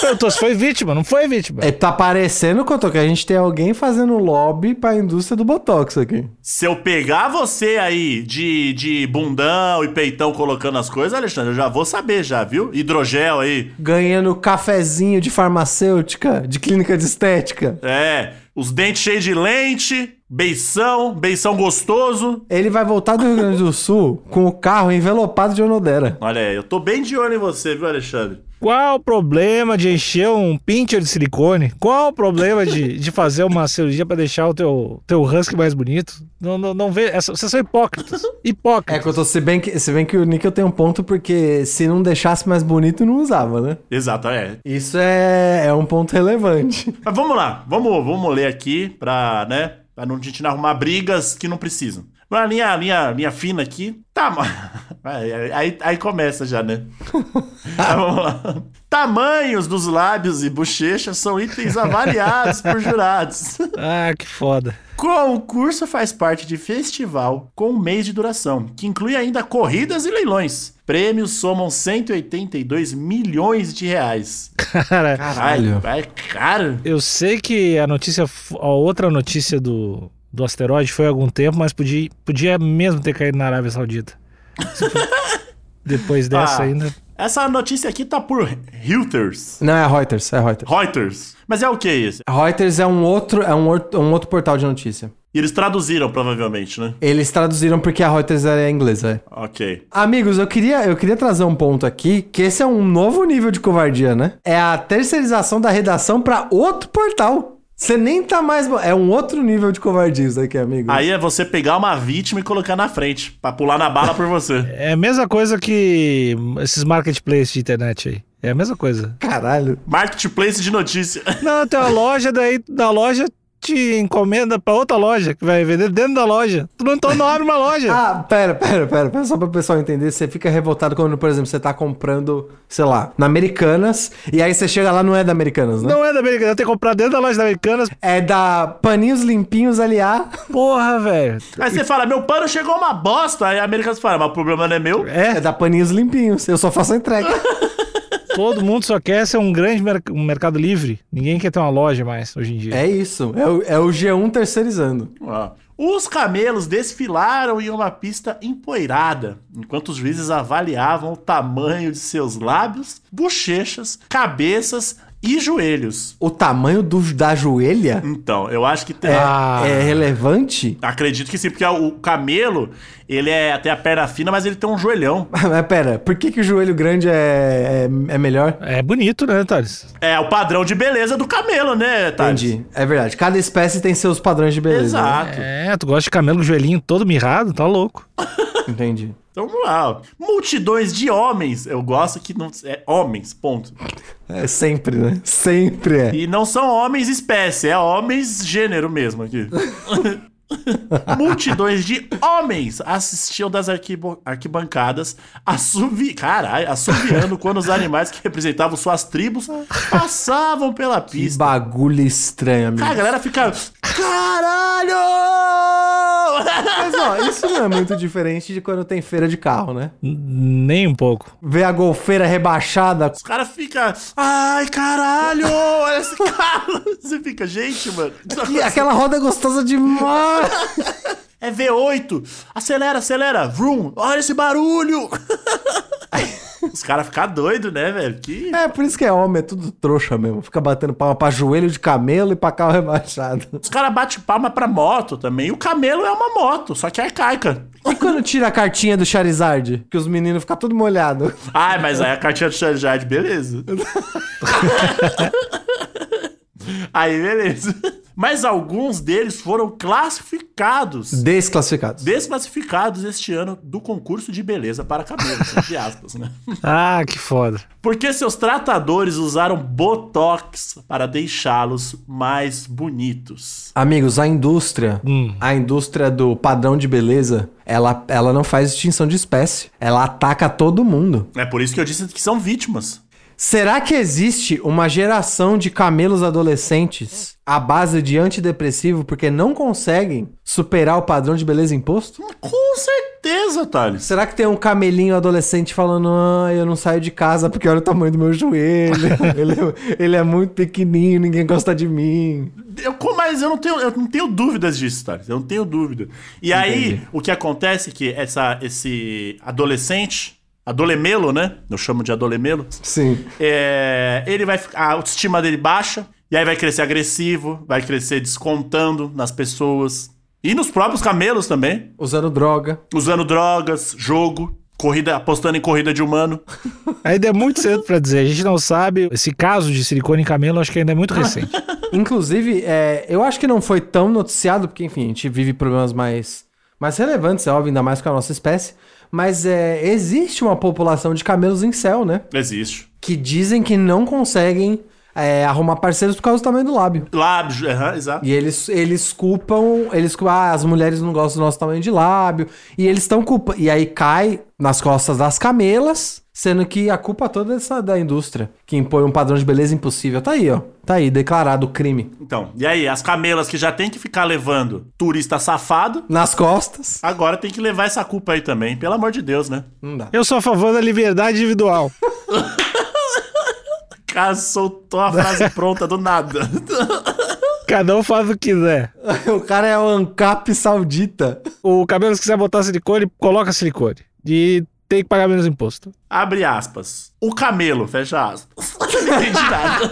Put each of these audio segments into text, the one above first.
Perguntou se foi vítima, não foi vítima. É, tá parecendo, Cotô, que a gente tem alguém fazendo lobby pra indústria do Botox aqui. Se eu pegar você aí de, de bundão e peitão colocando as coisas, Alexandre, eu já vou saber já, viu? Hidrogel aí. Ganhando cafezinho de farmacêutica, de clínica de estética. É, os dentes cheios de lente, beição, beição gostoso. Ele vai voltar do Rio Grande do Sul com o carro envelopado de Onodera. Olha aí, eu tô bem de olho em você, viu, Alexandre? Qual o problema de encher um pincher de silicone? Qual o problema de, de fazer uma cirurgia pra deixar o teu, teu husky mais bonito? Não, não, não vê. essa- vocês são hipócritas. É, Hipócritas. Cotô, se bem que, se bem que o Nickel tem um ponto, porque se não deixasse mais bonito, não usava, né? Exato, é. Isso é, é um ponto relevante. Mas vamos lá, vamos, vamos ler aqui pra, né, pra não, a gente não arrumar brigas que não precisam. Uma linha, linha, linha fina aqui. Tá, ma- aí, aí, aí começa já, né? Tá, vamos lá. Tamanhos dos lábios e bochechas são itens avaliados por jurados. Ah, que foda. Concurso faz parte de festival com um mês de duração, que inclui ainda corridas e leilões. Prêmios somam 182 milhões de reais. Cara, Caralho. Ai, É caro. eu sei que a notícia, f- a outra notícia do, do asteroide foi há algum tempo, mas podia, podia mesmo ter caído na Arábia Saudita. Se for- Depois dessa Ah. ainda. Essa notícia aqui tá por Reuters. Não, é Reuters, é Reuters. Reuters. Mas é o que isso? Reuters é um outro, é um, or- um outro portal de notícia. E eles traduziram, provavelmente, né? Eles traduziram porque a Reuters é inglesa, é. Ok. Amigos, eu queria, eu queria trazer um ponto aqui, que esse é um novo nível de covardia, né? É a terceirização da redação pra outro portal. Você nem tá mais... bo- É um outro nível de covardia isso aqui, amigo. Aí é você pegar uma vítima e colocar na frente, pra pular na bala por você. É a mesma coisa que esses marketplaces de internet aí. É a mesma coisa. Caralho. Marketplace de notícia. Não, tem uma loja, daí da loja te encomenda pra outra loja, que vai vender dentro da loja. Tu não, então não abre uma loja. Ah, pera, pera, pera, pera. Só pra o pessoal entender, você fica revoltado quando, por exemplo, você tá comprando, sei lá, na Americanas, e aí você chega lá, não é da Americanas, né? Não é da Americanas, tem que comprar dentro da loja da Americanas. É da Paninhos Limpinhos ah, LA. Porra, velho. Aí você fala, meu pano chegou uma bosta. Aí a América fala, mas o problema não é meu. É da Paninhos Limpinhos. Eu só faço entrega. Todo mundo só quer ser um grande mer- um mercado livre. Ninguém quer ter uma loja mais hoje em dia. é isso. É o, é o G1 terceirizando. Ó. Os camelos desfilaram em uma pista empoeirada, enquanto os juízes avaliavam o tamanho de seus lábios, bochechas, cabeças e joelhos. O tamanho do, da joelha Então, eu acho que tem. é, Ah. é relevante? Acredito que sim, porque o camelo, ele é até a perna fina, mas ele tem um joelhão. Mas pera, por que, que o joelho grande é, é, é melhor? É bonito, né, Thales? É o padrão de beleza do camelo, né, Thales? Entendi. É verdade. Cada espécie tem seus padrões de beleza. né? Exato. É, tu gosta de camelo com o joelhinho todo mirrado? Tá louco. Entendi. Então vamos lá. ó. Multidões de homens. Eu gosto que não. É homens, ponto. É sempre, né? Sempre é. E não são homens espécie, é homens gênero mesmo aqui. Multidões de homens assistiam das arquibo- arquibancadas assovi... Caralho, assoviando quando os animais que representavam suas tribos passavam pela Que pista. bagulho estranho, amigo. A galera ficava... Caralho! não! Mas ó, isso não é muito diferente de quando tem feira de carro, né? N- Nem um pouco. Ver a golfeira rebaixada. Os caras ficam. Ai, caralho! Olha esse carro! Você fica, gente, mano. E aquela roda é gostosa demais. É V8! Acelera, acelera! Vroom! Olha esse barulho! Os caras ficam doidos, né, velho? Que. É, por isso que é homem, é tudo trouxa mesmo. Fica batendo palma pra joelho de camelo e pra carro rebaixado. Os caras batem palma pra moto também. O camelo é uma moto, só que arcaica. E quando tira a cartinha do Charizard? Que os meninos ficam tudo molhados. Ai, mas aí a cartinha do Charizard, beleza. aí, beleza. Mas alguns deles foram classificados, Desclassificados. desclassificados este ano do concurso de beleza para cabelos, entre aspas, né? Ah, que foda. Porque seus tratadores usaram botox para deixá-los mais bonitos. Amigos, a indústria, Hum. a indústria do padrão de beleza, ela, ela não faz distinção de espécie. Ela ataca todo mundo. É por isso que eu disse que são vítimas. Será que existe uma geração de camelos adolescentes à base de antidepressivo porque não conseguem superar o padrão de beleza imposto? Com certeza, Thales. Será que tem um camelinho adolescente falando, ah, eu não saio de casa porque olha o tamanho do meu joelho, ele, é- ele é muito pequenininho, ninguém gosta de mim. Eu, co- mas eu não tenho, eu não tenho dúvidas disso, Thales. Eu não tenho dúvida. E aí, o que acontece é que essa, esse adolescente, adolemelo, né? Eu chamo de adolemelo. Sim. É, ele vai ficar- a autoestima dele baixa e aí vai crescer agressivo, vai crescer descontando nas pessoas e nos próprios camelos também, Usando droga. usando drogas, jogo, corrida, apostando em corrida de humano. Ainda é muito cedo pra dizer. A gente não sabe. Esse caso de silicone em camelo, acho que ainda é muito recente. Inclusive, é, eu acho que não foi tão noticiado, porque, enfim, a gente vive problemas mais, mais relevantes, é óbvio, ainda mais com a nossa espécie. Mas é, existe uma população de camelos em céu, né? Existe. Que dizem que não conseguem é, arrumar parceiros por causa do tamanho do lábio. Lábios, aham, exato. E eles, eles culpam, eles culpam, ah, as mulheres não gostam do nosso tamanho de lábio. E eles estão culpa E aí cai nas costas das camelas, sendo que a culpa toda é dessa- da indústria, que impõe um padrão de beleza impossível. Tá aí, ó. Tá aí, declarado o crime. Então, e aí, as camelas que já tem que ficar levando turista safado, Nas costas. agora tem que levar essa culpa aí também, pelo amor de Deus, né? Não dá. Eu sou a favor da liberdade individual. Cara, soltou a frase pronta do nada. Cada um faz o que quiser. o cara é o ANCAP saudita. O cabelo, se quiser botar silicone, coloca silicone. E tem que pagar menos imposto. Abre aspas. O camelo, fecha aspas. Não entendi nada.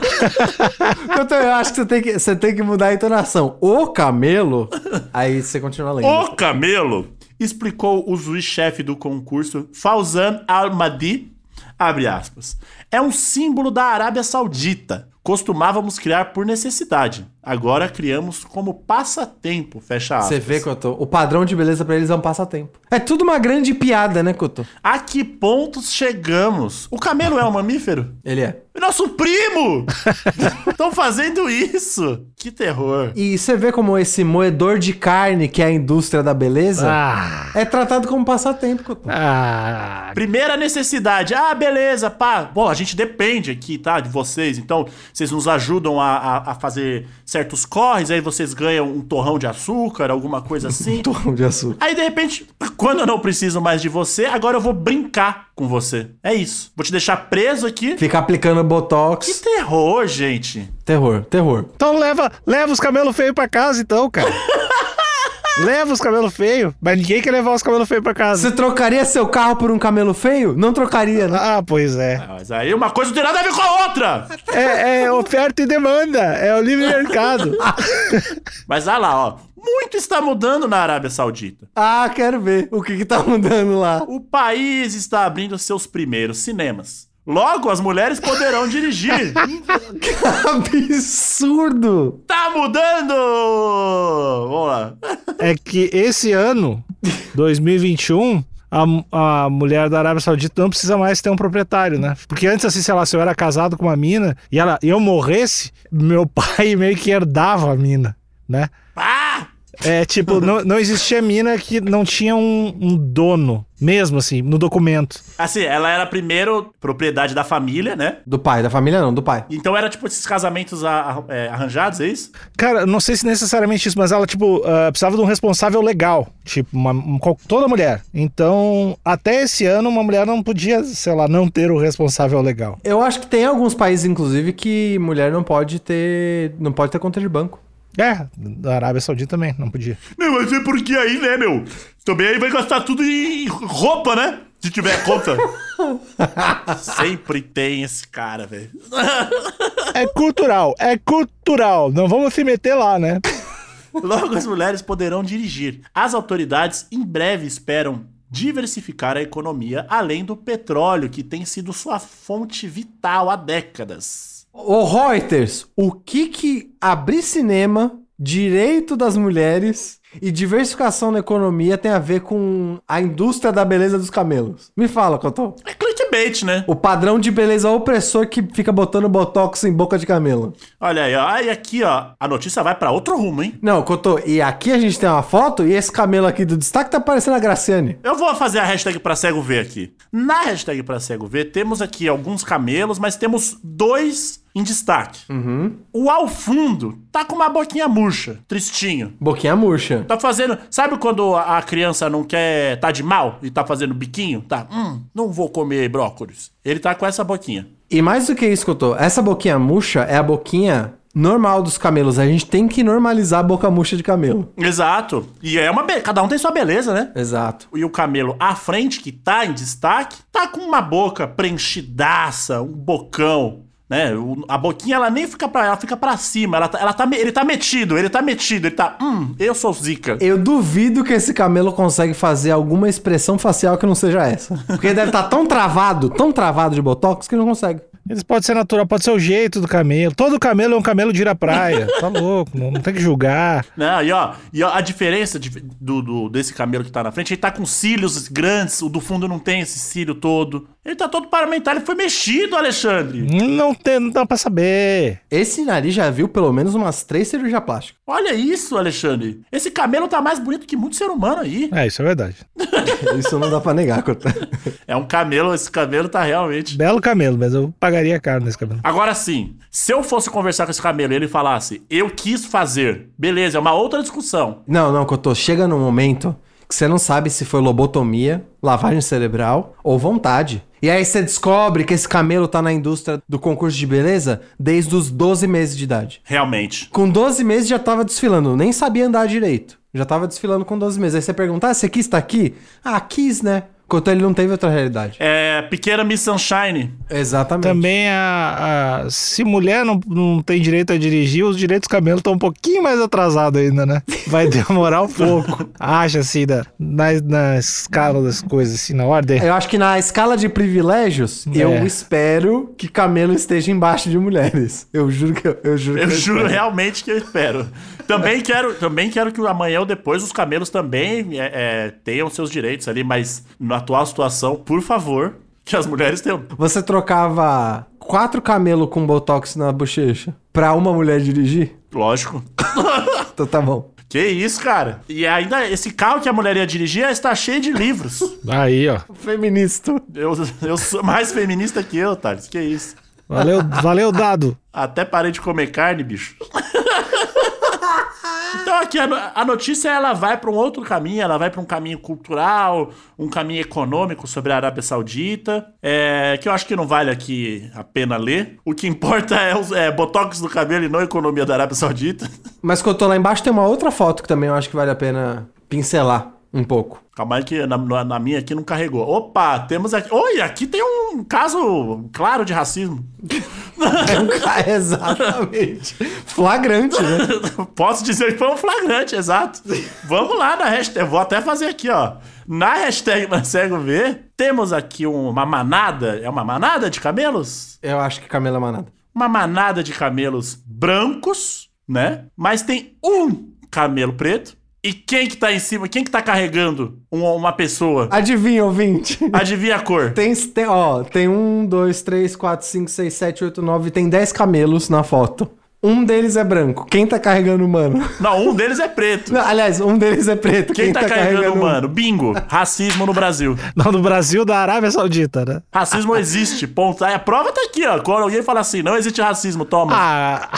Então eu acho que você tem que, você tem que mudar a entonação. O camelo. Aí você continua lendo. O camelo, explicou o juiz-chefe do concurso, Fauzan Al-Mahdi, abre aspas, é um símbolo da Arábia Saudita. Costumávamos criar por necessidade. Agora criamos como passatempo, fecha aspas. Você vê, Cotô, o padrão de beleza pra eles é um passatempo. É tudo uma grande piada, né, Cotô? A que pontos chegamos? O camelo é um mamífero? Ele é. Nosso primo! Estão fazendo isso! Que terror. E você vê como esse moedor de carne, que é a indústria da beleza, Ah. é tratado como passatempo, Cotô. Ah. Primeira necessidade. Ah, beleza, pá. Bom, a gente depende aqui, tá? De vocês. Então, vocês nos ajudam a, a- a fazer certos corres, aí vocês ganham um torrão de açúcar, alguma coisa assim. Torrão de açúcar. Aí, de repente, quando eu não preciso mais de você, agora eu vou brincar com você. É isso. Vou te deixar preso aqui. Fica aplicando Que botox. terror, gente. Terror, terror. Então leva, leva os cabelos feios pra casa, então, cara. leva os cabelos feios. Mas ninguém quer levar os cabelos feios pra casa. Você trocaria seu carro por um camelo feio? Não trocaria, né? Ah, pois é. Ah, Mas aí uma coisa não tem nada a ver com a outra. É, é oferta e demanda. É o livre mercado. Mas olha lá, ó. Muito está mudando na Arábia Saudita. Ah, quero ver o que, que tá mudando lá. O país está abrindo seus primeiros cinemas. Logo, as mulheres poderão dirigir. Absurdo! tá mudando! Vamos lá. é que esse ano, 2021, a, a mulher da Arábia Saudita não precisa mais ter um proprietário, né? Porque antes, assim, sei lá, se eu era casado com uma mina e ela, e eu morresse, meu pai meio que herdava a mina, né? Pá! É, tipo, não, não existia mina que não tinha um, um dono, mesmo assim, no documento. Assim, ela era primeiro propriedade da família, né? Do pai, da família não, do pai. Então era tipo esses casamentos a- a- é, arranjados, é isso? Cara, não sei se necessariamente isso, mas ela, tipo, ah, precisava de um responsável legal. Tipo, uma- um- qual- toda mulher. Então, até esse ano, uma mulher não podia, sei lá, não ter o responsável legal. Eu acho que tem alguns países, inclusive, que mulher não pode ter. não pode ter conta de banco. É, da Arábia Saudita também, não podia. Não, mas é porque aí, né, meu? Também aí vai gastar tudo em roupa, né? Se tiver conta. Sempre tem esse cara, velho. É cultural, é cultural. Não vamos se meter lá, né? Logo as mulheres poderão dirigir. As autoridades em breve esperam diversificar a economia além do petróleo, que tem sido sua fonte vital há décadas. Ô Reuters, o que que abrir cinema, direito das mulheres e diversificação na economia tem a ver com a indústria da beleza dos camelos? Me fala, Cotô. É clickbait, né? O padrão de beleza opressor que fica botando botox em boca de camelo. Olha aí, ó. Aí aqui, ó, a notícia vai pra outro rumo, hein? Não, Cotô, e aqui a gente tem uma foto e esse camelo aqui do destaque tá parecendo a Graciane. Eu vou fazer a hashtag pra cego ver aqui. Na hashtag pra cego ver, temos aqui alguns camelos, mas temos dois em destaque. O ao fundo tá com uma boquinha murcha, tristinho. Boquinha murcha. Tá fazendo. Sabe quando a a criança não quer. tá de mal e tá fazendo biquinho? Tá. Hum, não vou comer brócolis. Ele tá com essa boquinha. E mais do que isso, Cotô, essa boquinha murcha é a boquinha normal dos camelos. A gente tem que normalizar a boca murcha de camelo. Exato. E é uma. be- Cada um tem sua beleza, né? Exato. E o camelo à frente, que tá em destaque, tá com uma boca preenchidaça, um bocão. Né? O- A boquinha ela nem fica pra. Ela fica pra cima. Ela tá- ela tá, me- ele tá metido, ele tá metido, ele tá. Hum, eu sou zica. Eu duvido que esse camelo consegue fazer alguma expressão facial que não seja essa. Porque deve estar tão travado, tão travado de botox que não consegue. Eles podem ser natural, pode ser o jeito do camelo. Todo camelo é um camelo de ir à praia. Tá louco, não, não tem que julgar. Não, e Né? ó, e ó, a diferença de- do, do- desse camelo que tá na frente, ele tá com cílios grandes, o do fundo não tem esse cílio todo. Ele tá todo paramentado, ele foi mexido, Alexandre. Não, tem, não dá pra saber. Esse nariz já viu pelo menos umas três cirurgias plásticas. Olha isso, Alexandre. Esse camelo tá mais bonito que muito ser humano aí. É, isso é verdade. Isso não dá pra negar, Cotô. É um camelo, esse camelo tá realmente. Belo camelo, mas eu pagaria caro nesse camelo. Agora sim, se eu fosse conversar com esse camelo e ele falasse, eu quis fazer, beleza, é uma outra discussão. Não, não, Cotô, chega num momento que você não sabe se foi lobotomia, lavagem cerebral ou vontade. E aí você descobre que esse camelo tá na indústria do concurso de beleza desde os 12 meses de idade. Realmente. Com 12 meses já tava desfilando, nem sabia andar direito. Já tava desfilando com 12 meses. Aí você perguntar, ah, você quis estar aqui? Ah, quis, né? Cotô, ele não teve outra realidade. É, pequena Miss Sunshine. Exatamente. Também a, a- se mulher não, não tem direito a dirigir, os direitos do camelo estão um pouquinho mais atrasados ainda, né? Vai demorar um pouco. Acha assim na, na, na escala das coisas, assim, na ordem. Eu acho que na escala de privilégios, eu espero que camelo esteja embaixo de mulheres. Eu juro que eu, eu juro Eu que juro espero. realmente que eu espero. Também quero, também quero que amanhã ou depois os camelos também é, é, tenham seus direitos ali, mas na atual situação, por favor, que as mulheres tenham. Você trocava quatro camelo com botox na bochecha pra uma mulher dirigir? Lógico. Então tá bom. Que isso, cara. E ainda esse carro que a mulher ia dirigir está cheio de livros. Aí, ó. Feminista. Eu, eu sou mais feminista que eu, Thales. Que isso. Valeu, valeu dado. Até parei de comer carne, bicho. Então aqui a, no- a notícia ela vai para um outro caminho, ela vai para um caminho cultural, um caminho econômico sobre a Arábia Saudita, é, que eu acho que não vale aqui a pena ler. O que importa é, os, é botox do cabelo e não a economia da Arábia Saudita. Mas quando eu tô lá embaixo tem uma outra foto que também eu acho que vale a pena pincelar um pouco. Calma aí que na, na- na minha aqui não carregou. Opa, temos aqui. Oi, aqui tem um caso claro de racismo. É um cara, exatamente. Flagrante, né? Posso dizer que foi um flagrante, exato. Vamos lá na hashtag. Vou até fazer aqui, ó. Na hashtag pra cego ver, temos aqui um- uma manada. É uma manada de camelos? Eu acho que Camila Manada. Uma manada de camelos brancos, né? Mas tem um camelo preto. E quem que tá em cima? Quem que tá carregando um- uma pessoa? Adivinha, ouvinte? Adivinha a cor? Tem, tem, ó, tem um, dois, três, quatro, cinco, seis, sete, oito, nove, tem dez camelos na foto. Um deles é branco. Quem tá carregando o mano? Não, um deles é preto. Não, aliás, um deles é preto. Quem, tá, carregando o mano? Bingo. Racismo no Brasil. Não, do Brasil, da Arábia Saudita, né? Racismo existe, ponto. Aí a prova tá aqui, ó. Quando alguém fala assim, não existe racismo, toma. Ah,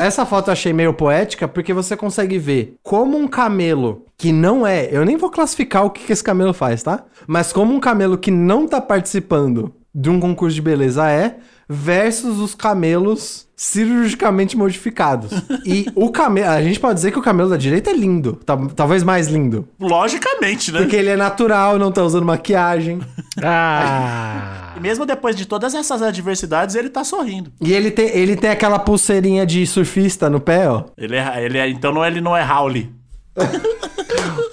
Essa foto eu achei meio poética porque você consegue ver como um camelo que não é. Eu nem vou classificar o que, que esse camelo faz, tá? Mas como um camelo que não tá participando de um concurso de beleza é, versus os camelos cirurgicamente modificados. e o camelo. A gente pode dizer que o camelo da direita é lindo. tal- talvez mais lindo. Logicamente, né? Porque ele é natural, não tá usando maquiagem. ah. E mesmo depois de todas essas adversidades, ele tá sorrindo. E ele tem, ele tem aquela pulseirinha de surfista no pé, ó. Ele é, ele é- então não, ele não é Howley.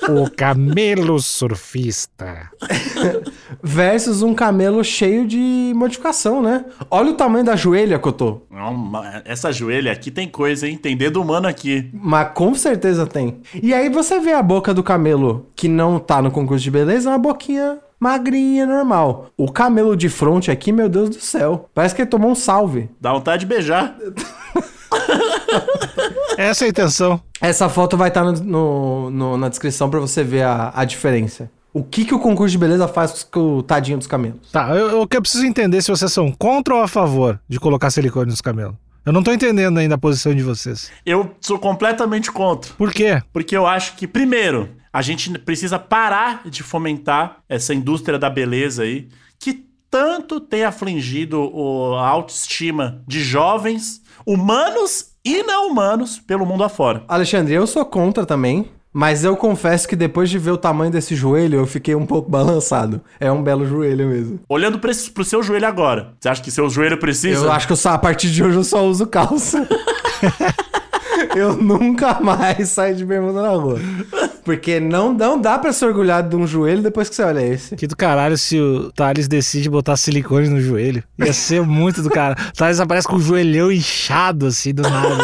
o camelo surfista. Versus um camelo cheio de modificação, né? Olha o tamanho da joelha, Cotô. Não, ma- Essa joelha aqui tem coisa, hein? Tem dedo humano aqui. Mas com certeza tem. E aí você vê a boca do camelo que não tá no concurso de beleza, é uma boquinha magrinha, normal. O camelo de fronte aqui, meu Deus do céu. Parece que ele tomou um salve. Dá vontade de beijar. Essa é a intenção. Essa foto vai tá estar na descrição pra você ver a, a diferença. O que, que o concurso de beleza faz com o tadinho dos camelos? Tá, eu, eu que eu preciso entender é se vocês são contra ou a favor de colocar silicone nos camelos. Eu não tô entendendo ainda a posição de vocês. Eu sou completamente contra. Por quê? Porque eu acho que, primeiro, a gente precisa parar de fomentar essa indústria da beleza aí, que tanto tem afligido o- a autoestima de jovens, humanos e não humanos, pelo mundo afora. Alexandre, eu sou contra também, mas eu confesso que depois de ver o tamanho desse joelho, eu fiquei um pouco balançado. É um belo joelho mesmo. Olhando pra esse- pro seu joelho agora, você acha que seu joelho precisa? Eu acho que eu só, a partir de hoje eu só uso calça. eu nunca mais saio de bermuda na rua. Porque não, não dá pra se orgulhar de um joelho depois que você olha esse. Que do caralho se o Thales decide botar silicone no joelho. Ia ser muito do cara. Thales aparece com o joelhão inchado, assim, do nada.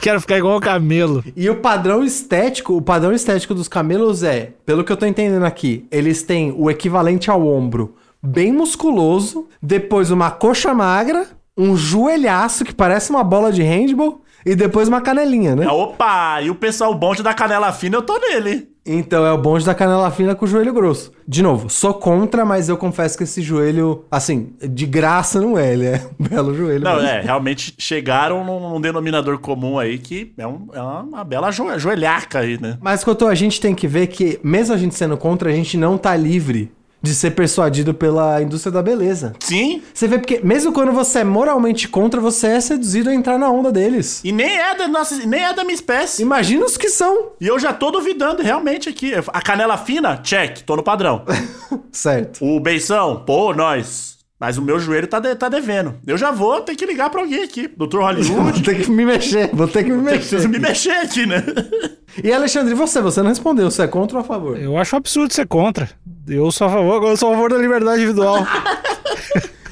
Quero ficar igual o camelo. E o padrão estético, o padrão estético dos camelos é, pelo que eu tô entendendo aqui, eles têm o equivalente ao ombro bem musculoso, depois uma coxa magra, um joelhaço que parece uma bola de handball e depois uma canelinha, né? É, Opa, e o pessoal bonde da canela fina, eu tô nele. Então é o bonde da canela fina com o joelho grosso. De novo, sou contra, mas eu confesso que esse joelho, assim, de graça não é, ele é um belo joelho. Não, mesmo. é, realmente chegaram num, num denominador comum aí que é, um- é uma, uma bela jo- joelhaca aí, né? Mas, Cotô, a gente tem que ver que, mesmo a gente sendo contra, a gente não tá livre de ser persuadido pela indústria da beleza. Sim, Você vê porque, mesmo quando você é moralmente contra, você é seduzido a entrar na onda deles. e nem é da nossa, nem é da minha espécie. Imagina os que são. E eu já tô duvidando realmente aqui. A canela fina, check, tô no padrão. Certo. O beição, pô, nós. Mas o meu joelho tá, de- tá devendo. Eu já vou ter que ligar pra alguém aqui. Doutor Vou Hollywood. ter que me mexer, vou ter que me Preciso mexer. me mexer aqui, né? E Alexandre, você? Você não respondeu. Você é contra ou a favor? Eu acho um absurdo ser contra. Eu sou a favor, eu sou a favor da liberdade individual.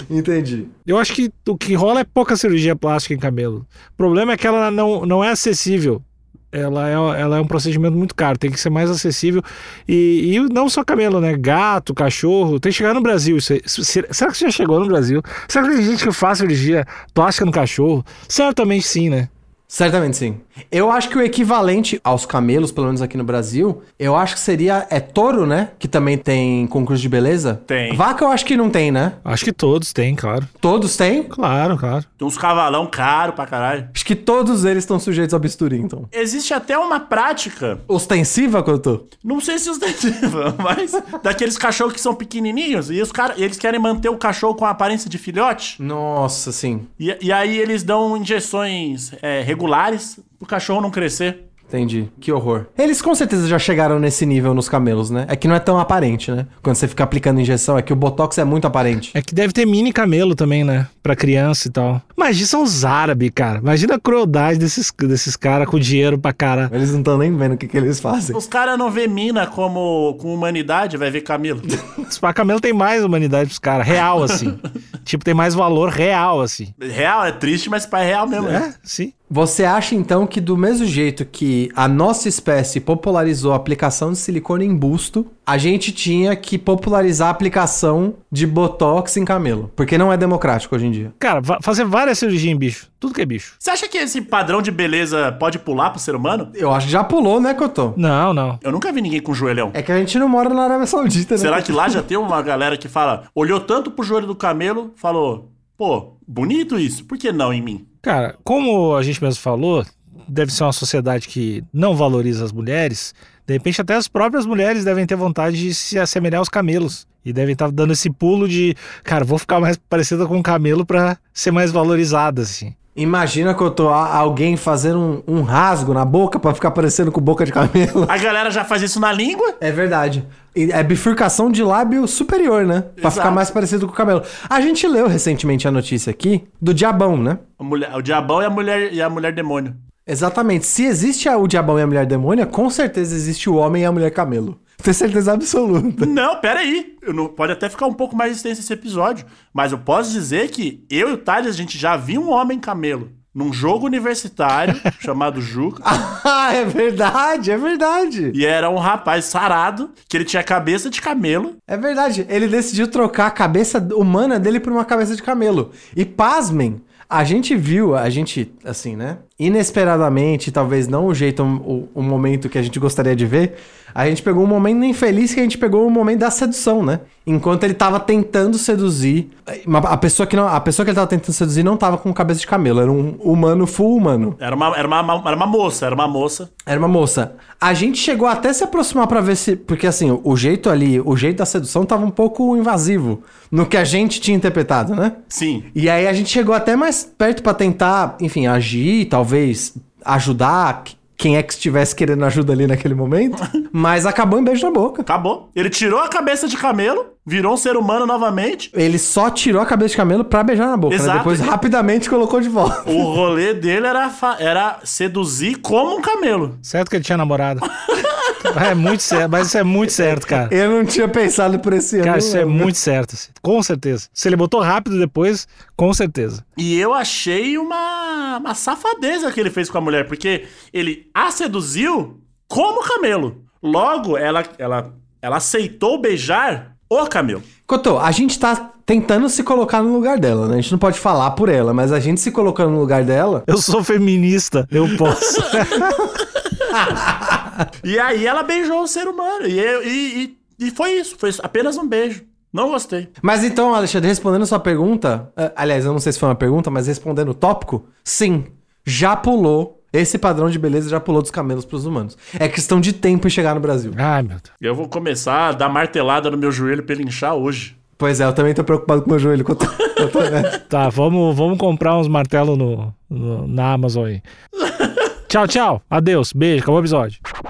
Entendi. Eu acho que o que rola é pouca cirurgia plástica em cabelo. O problema é que ela não, não é acessível. Ela é, ela é um procedimento muito caro, tem que ser mais acessível. E, e não só cabelo, né? Gato, cachorro. Tem que chegar no Brasil isso aí. Se- se- Será que isso já chegou no Brasil? Será que tem gente que faz cirurgia plástica no cachorro? Certamente sim, né? Certamente sim. Eu acho que o equivalente aos camelos, pelo menos aqui no Brasil, eu acho que seria. É touro, né? Que também tem concurso de beleza? Tem. Vaca eu acho que não tem, né? Acho que todos têm, claro. Todos têm? Claro, claro. Tem uns cavalão caro pra caralho. Acho que todos eles estão sujeitos ao bisturi, então. Existe até uma prática, Ostensiva, Cotô? não sei se os dentistas, mas daqueles cachorros que são pequenininhos e os cara, eles querem manter o cachorro com a aparência de filhote. Nossa, sim. E, e aí eles dão injeções é, regulares pro cachorro não crescer. Entendi. Que horror. Eles com certeza já chegaram nesse nível nos camelos, né? É que não é tão aparente, né? Quando você fica aplicando injeção, é que o Botox é muito aparente. É que deve ter mini camelo também, né? Pra criança e tal. Imagina são os árabes, cara. Imagina a crueldade desses, desses caras com dinheiro pra cara. Eles não estão nem vendo o que, que eles fazem. Os caras não vê mina como com humanidade, vai ver Camilo. Os camelo tem mais humanidade pros caras. Real, assim. tipo, tem mais valor real, assim. Real, é triste, mas pai é real mesmo. né? É? Sim. Você acha então que do mesmo jeito que a nossa espécie popularizou a aplicação de silicone em busto, a gente tinha que popularizar a aplicação de Botox em camelo. Porque não é democrático hoje em dia. Cara, va- fazer várias cirurgias em bicho. Tudo que é bicho. Você acha que esse padrão de beleza pode pular pro ser humano? Eu acho que já pulou, né, Cotô? Não, não. Eu nunca vi ninguém com joelhão. É que a gente não mora na Arábia Saudita, né? Será que lá já tem uma galera que fala, olhou tanto pro joelho do camelo, falou, pô, bonito isso, por que não em mim? Cara, como a gente mesmo falou, deve ser uma sociedade que não valoriza as mulheres. De repente, até as próprias mulheres devem ter vontade de se assemelhar aos camelos. E devem estar dando esse pulo de, cara, vou ficar mais parecida com um camelo pra ser mais valorizada, assim. Imagina, Cotô, a- alguém fazendo um, um rasgo na boca pra ficar parecendo com boca de camelo. A galera já faz isso na língua? É verdade. E É bifurcação de lábio superior, né? Pra Exato. ficar mais parecido com o camelo. A gente leu recentemente a notícia aqui do diabão, né? A mulher- o diabão e a mulher e a mulher demônio. Exatamente. Se existe a- o diabão e a mulher demônia, com certeza existe o homem e a mulher camelo. Tenho certeza absoluta. Não, peraí. Eu não, pode até ficar um pouco mais extenso esse episódio. Mas eu posso dizer que eu e o Thales, a gente já viu um homem camelo num jogo universitário chamado Juca. Ah, é verdade, é verdade. E era um rapaz sarado, que ele tinha cabeça de camelo. É verdade. Ele decidiu trocar a cabeça humana dele por uma cabeça de camelo. E pasmem, a gente viu, a gente, assim, né? Inesperadamente, talvez não o jeito, o, o momento que a gente gostaria de ver. A gente pegou um momento infeliz que a gente pegou o momento da sedução, né? Enquanto ele tava tentando seduzir. uma- a, pessoa que não, a pessoa que ele tava tentando seduzir não tava com cabeça de camelo, era um humano full humano. Era uma, era uma, era uma moça, era uma moça. Era uma moça. A gente chegou até se aproximar pra ver se. Porque assim, o jeito ali, o jeito da sedução tava um pouco invasivo no que a gente tinha interpretado, né? Sim. E aí a gente chegou até mais perto pra tentar, enfim, agir, talvez ajudar qu- quem é que estivesse querendo ajuda ali naquele momento. mas acabou em beijo na boca. Acabou. Ele tirou a cabeça de camelo, virou um ser humano novamente. Ele só tirou a cabeça de camelo pra beijar na boca. né? Exato. Depois rapidamente colocou de volta. O rolê dele era, fa- era seduzir como um camelo. Certo que ele tinha namorada. é muito certo, mas isso é muito certo, cara. Eu não tinha pensado por esse Cara, ano. né? isso é não. muito certo, assim. com certeza. Se ele botou rápido depois, com certeza. E eu achei uma, uma safadeza que ele fez com a mulher, porque ele a seduziu como camelo. Logo, ela, ela, ela aceitou beijar o camelo. Cotô, a gente tá tentando se colocar no lugar dela, né? A gente não pode falar por ela, mas a gente se colocando no lugar dela. Eu sou feminista, eu posso. E aí ela beijou o ser humano. E, eu- e, e, e foi isso. Foi apenas um beijo. Não gostei. Mas então, Alexandre, respondendo sua pergunta, eh, aliás, eu não sei se foi uma pergunta, mas respondendo o tópico, sim, já pulou. Esse padrão de beleza já pulou dos camelos pros humanos. É questão de tempo em chegar no Brasil. Ai, meu Deus. Eu vou começar a dar martelada no meu joelho pra ele inchar hoje. Pois é, eu também tô preocupado com o meu joelho. Cotô. Eu tô- né? Tá, vamos, vamos comprar uns martelos no, no- na Amazon aí. tchau, tchau. Adeus. Beijo. Acabou o episódio.